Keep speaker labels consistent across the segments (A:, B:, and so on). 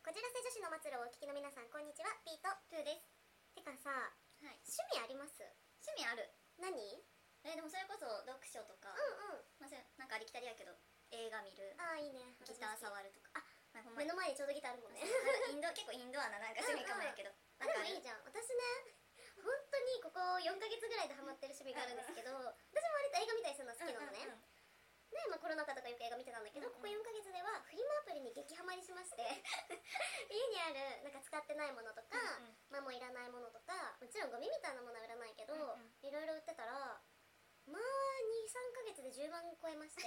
A: こじらせ女子の末路をお聞きの皆さんこんにちはピートプーですてかさ
B: はい
A: 趣味あります
B: 趣味ある
A: 何うんうん
B: えでもそれこそ読書とか、まあ、それなんかありきたりやけど映画見る
A: ああいいね
B: ギター
A: さ
B: 触るとかあまあほんま
A: 目
B: に
A: の前にちょうどギターあるもんね
B: インド結構インドアななんか趣味かもやけど、
A: あでもいい
B: じ
A: じゃん私ね本当にここ4ヶ月ぐらいでハマってる趣味があるんですけど私も割と映画見たりするの好きなのね、で、まあ、コロナ禍とかよく映画見てたんだけど、
B: うんうん
A: ここ4ヶ月ではフリマアプリに激ハマりしま して家にあるなんか使ってないものとか、
B: うんうん
A: まあもういらないものとかもちろんゴミみたいなものは売らないけど、
B: うんうん
A: いろいろ売ってたらまあ23ヶ月で10万超えまして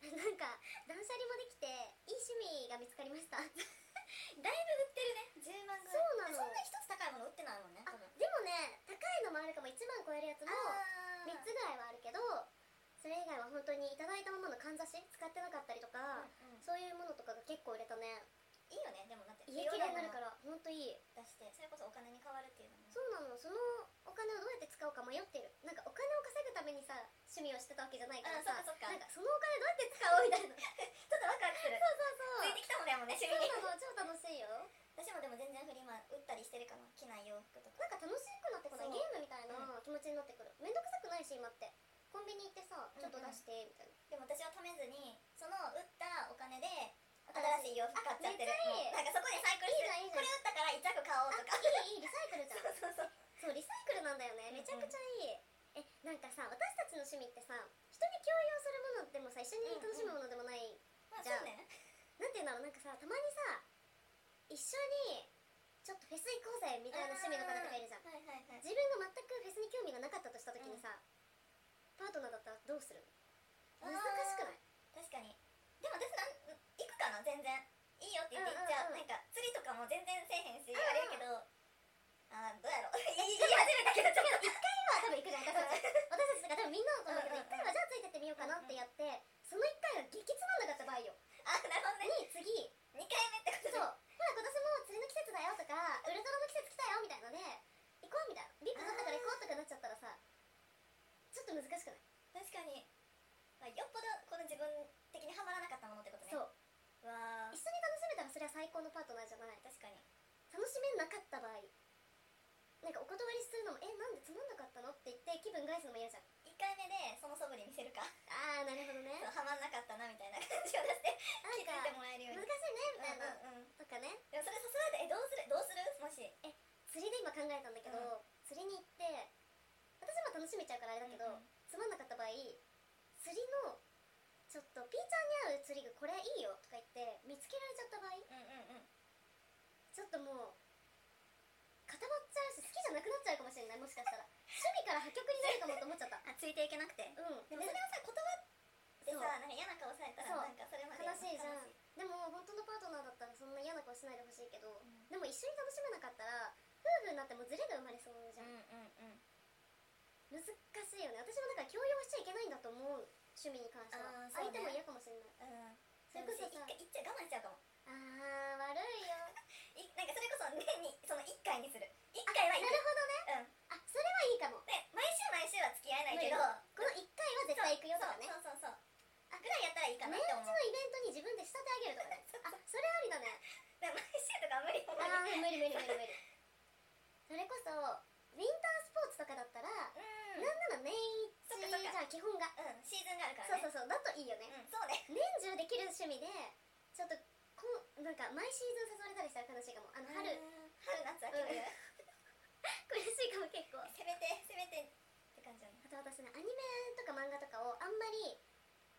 A: なんか断捨離もできていい趣味が見つかりました
B: だいぶ売ってるね10万ぐらい
A: そうなの
B: そんな一つ高いもの売ってないもんね
A: あ
B: 多
A: でも
B: 分
A: ね高いのもあるかも1万超えるやつも
B: あ
A: 3つぐらいはあるけどそれ以外は本当にいただいたままのかんざし使ってなかったりとか、
B: うんうん
A: そういうものとかが結構売れたね
B: いいよねでもだって
A: 家切れになるか
B: いろんも
A: ら本当いい
B: の出してそれこそお金に変わるっていうのも
A: そうなのそのお金をどうやって使おうか迷ってるなんかお金を稼ぐためにさ趣味をしてたわけじゃないからさ
B: あそっかそっか
A: なんかそのお金どうやって使おうみたいなそう
B: ちょっとワクワクするつ
A: そうそう
B: いてきたもんだもんね趣味に
A: そうなの超楽しいよ
B: 私もでも全然フリマ売ったりしてるかな着ない洋服とか
A: なんか楽しくなってこない
B: そう
A: ゲームみたいな気持ちになってくるめんどくさくないし今ってコンビニ行ってさちょっと出してみたいな、
B: でも私は貯めずにその売ったお金で新しい洋服買っちゃってる
A: あめっちゃいい
B: もうなんかそこでサイクルして
A: いいじゃんいいじゃん
B: これ売ったから1着買おうとか
A: あいいいいリサイクルじゃん
B: そうそうそう
A: そうリサイクルなんだよね
B: うんう
A: め
B: ん
A: ちゃくちゃいい、えなんかさ私たちの趣味ってさ人に共有するものでもさ一緒に楽しむものでもない、
B: まあ
A: じゃあ
B: そうね
A: なんていうんだろうなんかさたまにさ一緒にちょっとフェス行こうぜみ
B: み
A: たいな趣味の方とかいるじゃん
B: はいはいはい
A: 自分が全くフェスに興味がなかったとした時にさ、パートナーだったらどうする難しくない
B: 確かにでも私なん行くかな全然いいよって言って行っちゃ
A: うん
B: う,、
A: うんうん
B: なんか釣りとかも全然せえへんし、
A: んうん
B: あれやけどあーどうやろう言い言い始めたけどちょっと一回
A: まあ多分行くじゃん私たち私たちが多分みんなのと思うけど
B: うんうんう
A: 一
B: ん
A: 回はじゃあついてってみようかなってやってその一回が激つまんなかった場合よ
B: あなるほどね
A: に次
B: 2回目っ
A: そ
B: て
A: う
B: こと
A: ほら今年も釣りの季節だよとかウルトラの季節来たよみたいので行こうみたいなビッグ取ったから行こうとかなっちゃったらさちょっと難しくない、
B: 確かに、まあ、よっぽどこの自分的にはまらなかったものってことね
A: そう
B: うわー
A: 一緒に楽しめたらそれは最高のパートナーじゃない
B: 確かに
A: 楽しめなかった場合なんかお断りするのも「えなんでつまんなかったの?」って言って気分害するのも嫌じゃん
B: 1回目でその素振り見せるか
A: あーなるほどね
B: そう
A: なんか
B: はまんなかったなみたいな感じを出して気づいても
A: 難
B: らえ
A: しいね
B: るように
A: みたいな、
B: うんうんうん
A: とかね
B: でもそれ誘われてえどうするどうするもし
A: 釣りで今考えたんだけど、
B: うん
A: 釣りに行って私も楽しめちゃうからあれだけど、
B: うんうん
A: つまんなかった場合釣りのちょっとピーちゃんに合う釣り具これいいよとか言って見つけられちゃった場合
B: うんうんうん
A: ちょっともう固まっちゃうし好きじゃなくなっちゃうかもしれないもしかしたら趣味から破局になるかもと思っちゃった
B: あついていけなくて
A: うん
B: でもそれをさ断って
A: そう
B: さなんか嫌な顔されたら
A: そう
B: なんかそれまで
A: 悲しいじゃん
B: 悲しい
A: でも本当のパートナーだったらそんな嫌な顔しないでほしいけど、
B: ん
A: でも一緒に楽しめなかったら夫婦になってもズレが生まれそうじゃん
B: うんうんうん
A: 難しいよね私もだから強要しちゃいけないんだと思う趣味に関しては、
B: あーそ
A: 相
B: うね
A: 手も嫌かもしれない
B: う
A: それこ
B: ん
A: そさ
B: 一回一回我慢しちゃうかも
A: あー悪いよ
B: いなんかそれこそ年にその1回にする1回は
A: なる
B: いい
A: ほ
B: うん
A: どねあそれはいいかも
B: で毎週毎週は付き合えないけど
A: この1回は絶対行くよとかね
B: そうそうそうそうあぐらいやったらいいかな
A: 年一のイベントに自
B: って思う
A: 分で仕立て上げるとかねあそれありだね
B: でも毎週とかは無理も
A: あー無理無理無理無理 そ
B: 理
A: れこそウィンタースポーツとかだったら、
B: うん
A: なんなら年一
B: そっか
A: じ
B: そっか
A: ゃあ基本が、
B: うんシーズンがあるから
A: そう
B: ね
A: そうそうだといいよね、
B: うんそうね
A: 年中できる趣味でちょっとこうなんか毎シーズン誘われたりしたら楽しいかもあの春、
B: うん春夏秋
A: う
B: 冬
A: ん 嬉しいかも結構
B: せめてせめてって感じだね
A: あと私ねアニメとか漫画とかをあんまり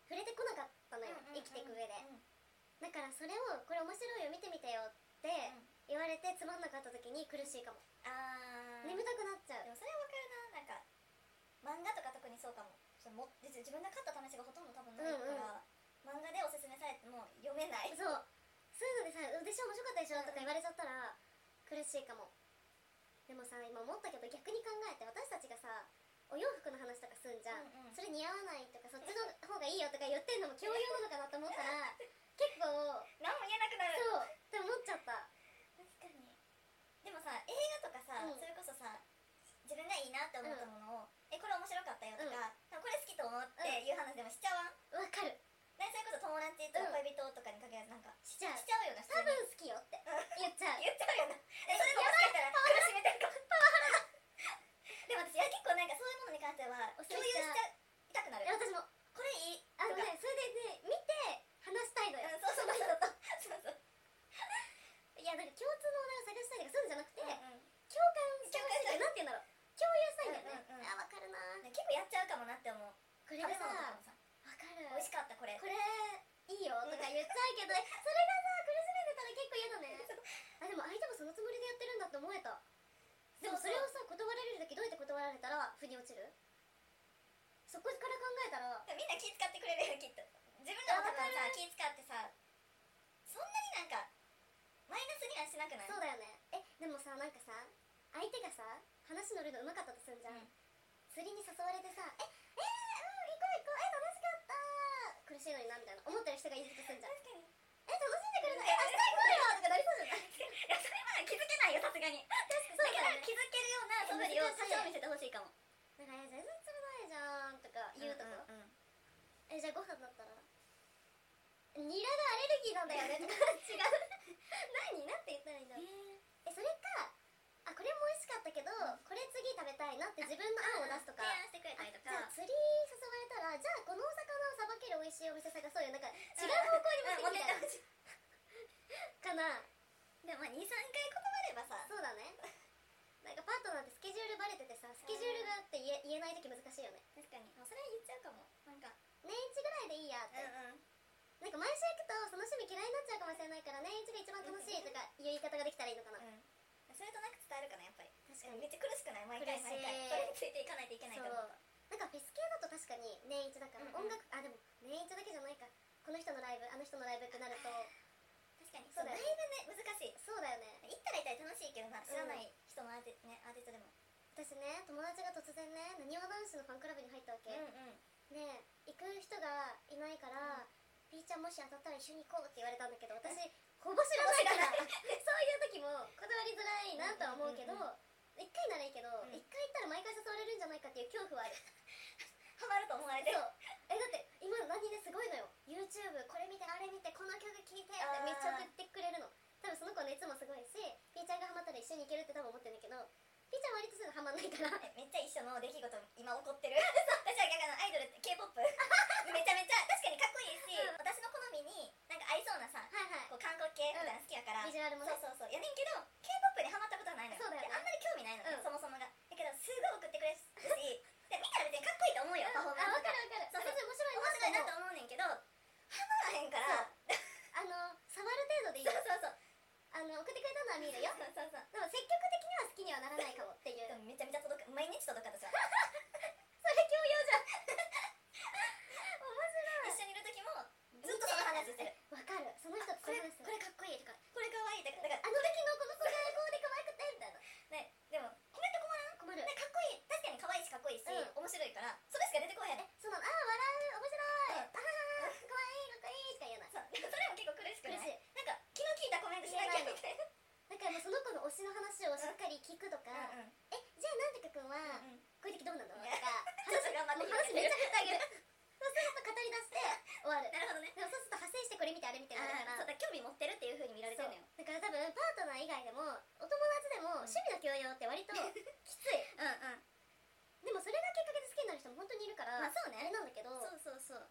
A: 触れてこなかったのよ、
B: うんうんうん
A: 生きていく上で、
B: うん
A: だからそれをこれ面白いよ見てみてよって
B: ん
A: 言われてつまんなかった時に苦しいかも、
B: あー
A: 眠たくなっちゃ
B: で
A: う
B: もそれは分かるななんか漫画とか特にそうかもそのも別に自分が買った試しがほとんど多分ないから、漫画でおすすめされても読めない
A: そうそういうのでさ「でしょ面白かったでしょ」とか言われちゃったら苦しいかもでもさ今思ったけど逆に考えて私たちがさお洋服の話とかすんじゃん、
B: うんうん
A: それ似合わないとかそっちの方がいいよとか言ってんのも教養なのかなと思ったら結構
B: 何も言えなくなる
A: そうって思っちゃった
B: 確かにでもさ映画とかさ、
A: うん
B: それこそさ自分がいいなって思ったものを、えこれ面白かったよとか、これ好きと思っていう話でもしちゃわん、
A: わかる
B: ねそれこそ友達とか恋人とかに限らずなんか、
A: しちゃう
B: しちゃうよね普
A: 多
B: 通
A: 分好き
B: に
A: よって
B: うん
A: に落ちるそこから考えたら
B: みんな気使ってくれるよきっと自分らも多分さ気使ってさそんなになんかマイナスにはしなくない
A: そうだよねえでもさなんかさ相手がさ話乗るのうまかったとすんじゃん、
B: うん
A: 釣りに誘われてさ「ええー、うん行こう行こうえ楽しかった苦しいのにな」みたいな思ってる人がいるとすん じゃん「
B: 確かに
A: え楽しんでくれたえ明日行こうよ」とかなりそうじゃない
B: いやそれは気づけないよさすがに
A: そうだよ
B: だけど
A: ね
B: 気づけるような素振りを多少見せてほしいかも
A: なんかえ全然釣れないじゃんとか言うとか、
B: ん
A: えじゃあご飯だったらニラがアレルギーなんだよねとか違う何なんて言ったらいいんだろうえそれかあこれも美味しかったけどこれ次食べたいなって自分の案を出すとか
B: 提案してくれたりと
A: じゃあ
B: か
A: 釣り誘われたらじゃあこのお魚をさばける美味しいお店探そうよなんか違う方向に持ってきた
B: うん持ってってほしい
A: かな
B: でもまあ23回断ればさ
A: そうだねなんかパートナーってスケジュールバレててさスケジュールがあって言え言えない時難しいよね
B: 確かにもうそれは言っちゃうかもなんか
A: 年一ぐらいでいいやって、
B: んうん
A: なんか毎週行くとその趣味嫌いになっちゃうかもしれないから年一が一番楽しいとかいう言い方ができたらいいのかな、
B: うんそれとなく伝えるかなやっぱり
A: 確かに
B: めっちゃ苦しくない毎回
A: 苦し
B: 毎
A: い
B: 回それについていかないといけない
A: そ
B: と
A: う
B: 思う
A: なんかフェス系だと確かに年一だから、
B: うんうん
A: 音楽あでも年一だけじゃないかこの人のライブあの人のライブってなると
B: 確かに
A: そ
B: そうう
A: だ
B: だ
A: よ
B: いぶね難しい
A: そうだよね
B: 行ったら行ったら楽しいけどな知らない人のアーティ,、ね、アーティストでも
A: 私ね友達が突然ねなにわ男子のファンクラブに入ったわけ、
B: んうん
A: ね行く人がいないから、ピーちゃんもし当たったら一緒に行こうって言われたんだけど私ほぼ知らないから そういう時も断りづらいなとは思うけど、
B: うんうん
A: 一回ならいいけど、
B: ん
A: 一回行ったら毎回誘われるんじゃないかっていう恐怖はあ る
B: ハマると思われて
A: そ
B: る
A: うえだって今何ねすごいのよ YouTube これ見てあれ見てこの曲聴いてって
B: あー
A: めっちゃ送ってくれるの多分その子の熱もすごいしピーちゃんがハマったら一緒に行けるって多分思ってるんだけどピーちゃんは割とすぐハマんないから
B: えめっちゃ一緒の出来事今起こってる私は逆のアイドルって k p o p めちゃめちゃ確かにかっこいいし、
A: うん
B: 私の好みになんか合いそうなさ
A: はいはい
B: こう韓国系みたいなの好きやから、
A: ビジュアルもね
B: そうそうそうやねんけど k p o p にハマったことはないのよ
A: そうだよね
B: であんまり興味ないのよ、
A: うん
B: そもそもがだけどすごい送ってくれるしで見たら別にかっこいいと思うよ、
A: あわ
B: パフォーマンス
A: かるわかる
B: そう
A: 私
B: そう
A: 面
B: 面白
A: 白い
B: いな
A: なと思う
B: と思うねんけどハマらへんから
A: あの触る程度でいい
B: そう
A: よ
B: そうそう
A: あの送ってくれたのは見るよで
B: そうそうそう
A: も積極的には好きにはならないかもっていう
B: で
A: それ
B: もめちゃめちゃ届く毎日届く私 は
A: 教養じゃん
B: 一緒にいる時もずっとその話してる
A: わかるその人と
B: これ
A: 話す
B: これかっこいいとかこれかわいいとかだから
A: あの時のこの子がこうで可愛くてみたいな
B: ね、でもコメント困らん
A: 困る
B: ねかっこいい確かに可愛いしかっこいいし、
A: うん
B: 面白いからそれしか出てこへん
A: そのあー笑う面白い、
B: うん
A: あー可愛いかっこいいしか言えない
B: そうでもそれも結構苦しく
A: 苦
B: ない
A: しい
B: なんか気の利いたコメントしなきゃみたいな
A: だからもうその子の推しの話をしっかり聞くとか、
B: うんうん
A: えじゃあなんてかくんは
B: うん
A: こういう時どうなのとか
B: ね
A: 話
B: ちょっと頑張
A: も
B: っ
A: う
B: て
A: 話めっちゃ振ってあげる そうすると語り出して終わるで
B: なるほどね
A: もそうすると派生してこれ見てあれ見てなる
B: あーそう
A: から
B: だ興味持ってるっていう風に見られて
A: そう
B: るのよ
A: だから多分パートナー以外でもお友達でも
B: うん
A: 趣味の教養って割ときつ い
B: うんうん
A: でもそれがきっかけで好きになる人も本当にいるから、
B: まあそうね
A: あれなんだけど
B: そうそうそう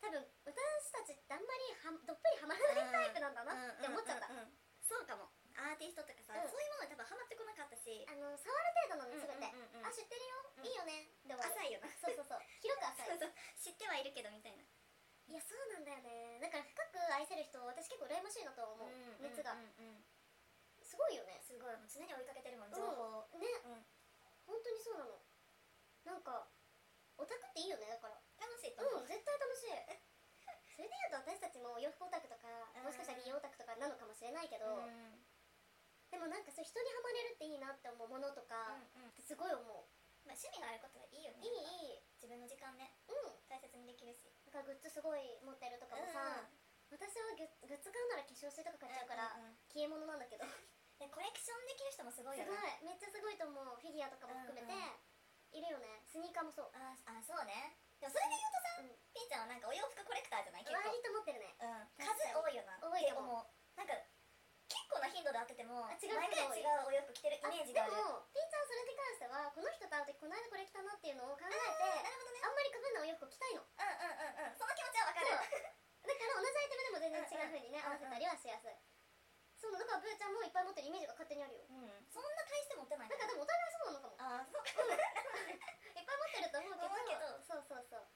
A: 多分私たちってあんまりはどっぷりハマらないタイプなんだなって思っちゃった、
B: うんうんうんそうかもアーティストとかさ、
A: うん
B: そういうものに多分ハマってこなかったし
A: あの触る程度なの全て、
B: うんうんうんうん
A: あ知ってるよ、
B: うん
A: いいよねでも
B: 浅いよな
A: そうそう そう広く浅い
B: そうそう知ってはいるけどみたいない
A: やそうなんだよねだから深く愛せる人私結構羨ましいなとは思う、熱が、
B: うんうんうん
A: すごいよね
B: すごいもう常に追いかけてるもん情報を
A: ね、
B: うん
A: 本当にそうなのなんかオタクっていいよねだからう
B: 楽しいと思うん
A: 絶対楽しい それで言うと私たちも洋服オタクとか
B: う
A: も
B: ん
A: しかしたら美容オタクとかなのかもしれないけど、
B: うん
A: でもなんかそういう人にハマれるっていいなって思うものとか、
B: うんうん
A: すごい思う
B: まあ、趣味があることはいいよ
A: い
B: ね
A: いいい
B: 自分の時間ね
A: うん
B: 大切にできるし
A: なんかグッズすごい持ってるとかもさ、
B: うん
A: 私はグッグッズ買うなら化粧水とか買っちゃうから、
B: うんうんうん
A: 消え物なんだけどす
B: でコレクションできる人もすご
A: ごい
B: いよね
A: めっちゃすごいと思うフィギュアとかも含めて、
B: うん
A: いるよねスニーカーもそう、
B: ああそうねでもそれで言うと
A: う
B: さ、
A: ん
B: ピーちゃんはなんかお洋服コレクターじゃない結
A: 割
B: 構、
A: と持っ
B: うん、
A: てるね
B: 数多いよな
A: 多い
B: って
A: と
B: 思
A: 思
B: うなんか結構な頻度で会ってても
A: あ
B: 毎
A: 違う
B: 回違うお洋服着てるイ
A: あ
B: メージ
A: で
B: がある
A: もピーちゃんそれに関してはこの人と会う時この間これ着たなっていうのを考えて
B: あーな
A: あ
B: るほどね
A: んまりかぶんないお洋服を着たいの
B: うんうんうんうんその気持ちはわか
A: そう
B: る
A: だから同じアイテムでも全然違う風にね、
B: うんうん
A: 合わせたりはしやすいそうだからブーちゃんもいっぱい持ってるイメージが勝手にあ るよ
B: うんそんな大して持ってない
A: なんかでもお互いそうなのかも
B: ああそう かも
A: いっぱい持ってると思うけど
B: 思うけど
A: そうそうそう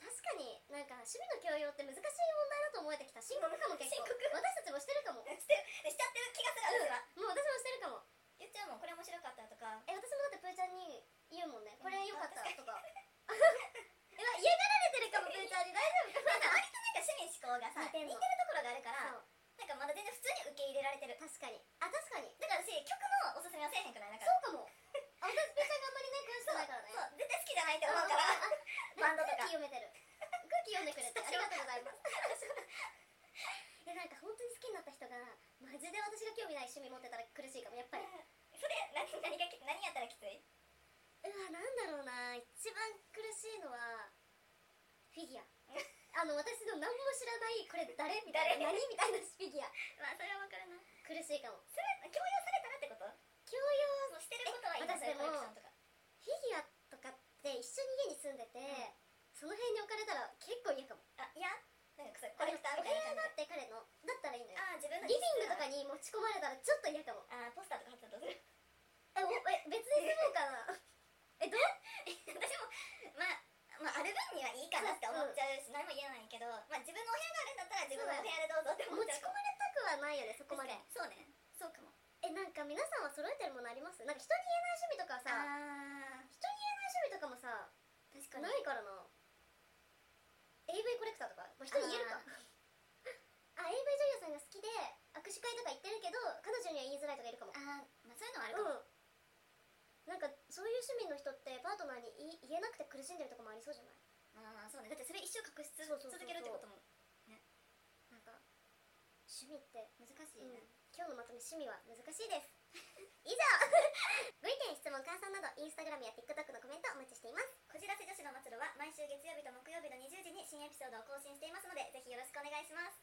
A: 確かになんか趣味の教養って難しい問題だと思え てきた深刻かも結構
B: 深刻
A: 私たちもしてるかももう
B: してるしちゃってる気がする私は
A: 私もしてるかも
B: 言っちゃうもんこれ面白かったとか
A: え私もだってプーちゃんに言うもんねこれ確かにあ確かに
B: だから私曲のおすすめはせえへんくらいだか
A: そ
B: ら
A: うかもあ私めっちゃ頑張りね詳しくないからね
B: そう絶対好きじゃないって思う
A: だバ
B: から
A: ンドと
B: バ
A: か空気
B: ンドとか
A: 読めてる空気読んでくれてありがとうござい ますいやなんか本当に好きになった人がマジで私が興味ない趣味持ってたら苦しいかもやっぱりう
B: それ何何がき何やったらきつい
A: わなんだろうな一番苦しいのはフィギュ アあの私の何も知らないこれ誰みたいな
B: 誰
A: 何みたいなフィギュア
B: まあそれは分かるな
A: 苦しいかも
B: それ強要されたらってこと
A: 教養
B: そうしてることはいいんだ
A: え私でも
B: そういうコレクションとか
A: フィギュアとかって一緒に家に住んでて、
B: ん
A: その辺に置かれたら結構嫌かも
B: あいやなんかそれコレクターみたいな
A: だ
B: 感
A: って彼のだったらいいのよ
B: じであ自分の
A: リビングとかに持ち込まれたらちょっと嫌かも
B: あポスターとか貼ってたらどうする
A: えおえ別に住もうかなえどう
B: 私もまあまあ、ある分にはいいかなって思っちゃうし何も言えないけど、まあ、自分のお部屋があるんだったら自分のお部屋でどうぞって 思
A: 持
B: っち
A: ち
B: ゃう
A: 込まれたくはないよねそこまで
B: そうねそうかも
A: えなんか皆さんは揃えてるものありますなんか人に言えない趣味とかはさ
B: ああ
A: 人に言えない趣味とかもさ
B: 確か
A: な
B: に
A: いからな AV コレクターとか、まあ、人に言えるか あ AV 女優さんが好きで握手会とか行ってるけど彼女には言いづらいとかいるかも
B: あーまあそういうのはあるかも、
A: うんなんかそういう趣味の人ってパートナーに言い言えなくて苦しんでるとこもありそうじゃない
B: ああそうねだってそれ一生隠しつ
A: そうそう
B: 続
A: そうそう
B: けるってことも
A: なんか趣味って、
B: 難し
A: う
B: い
A: ん
B: ね、
A: 今日のまとめ趣味は難しいです以 上ご意見質問感想などインスタグラムや TikTok のコメントお待ちしています
B: こじらせ女子の末路は毎週月曜日と木曜日の20時に新エピソードを更新していますのでぜひよろしくお願いします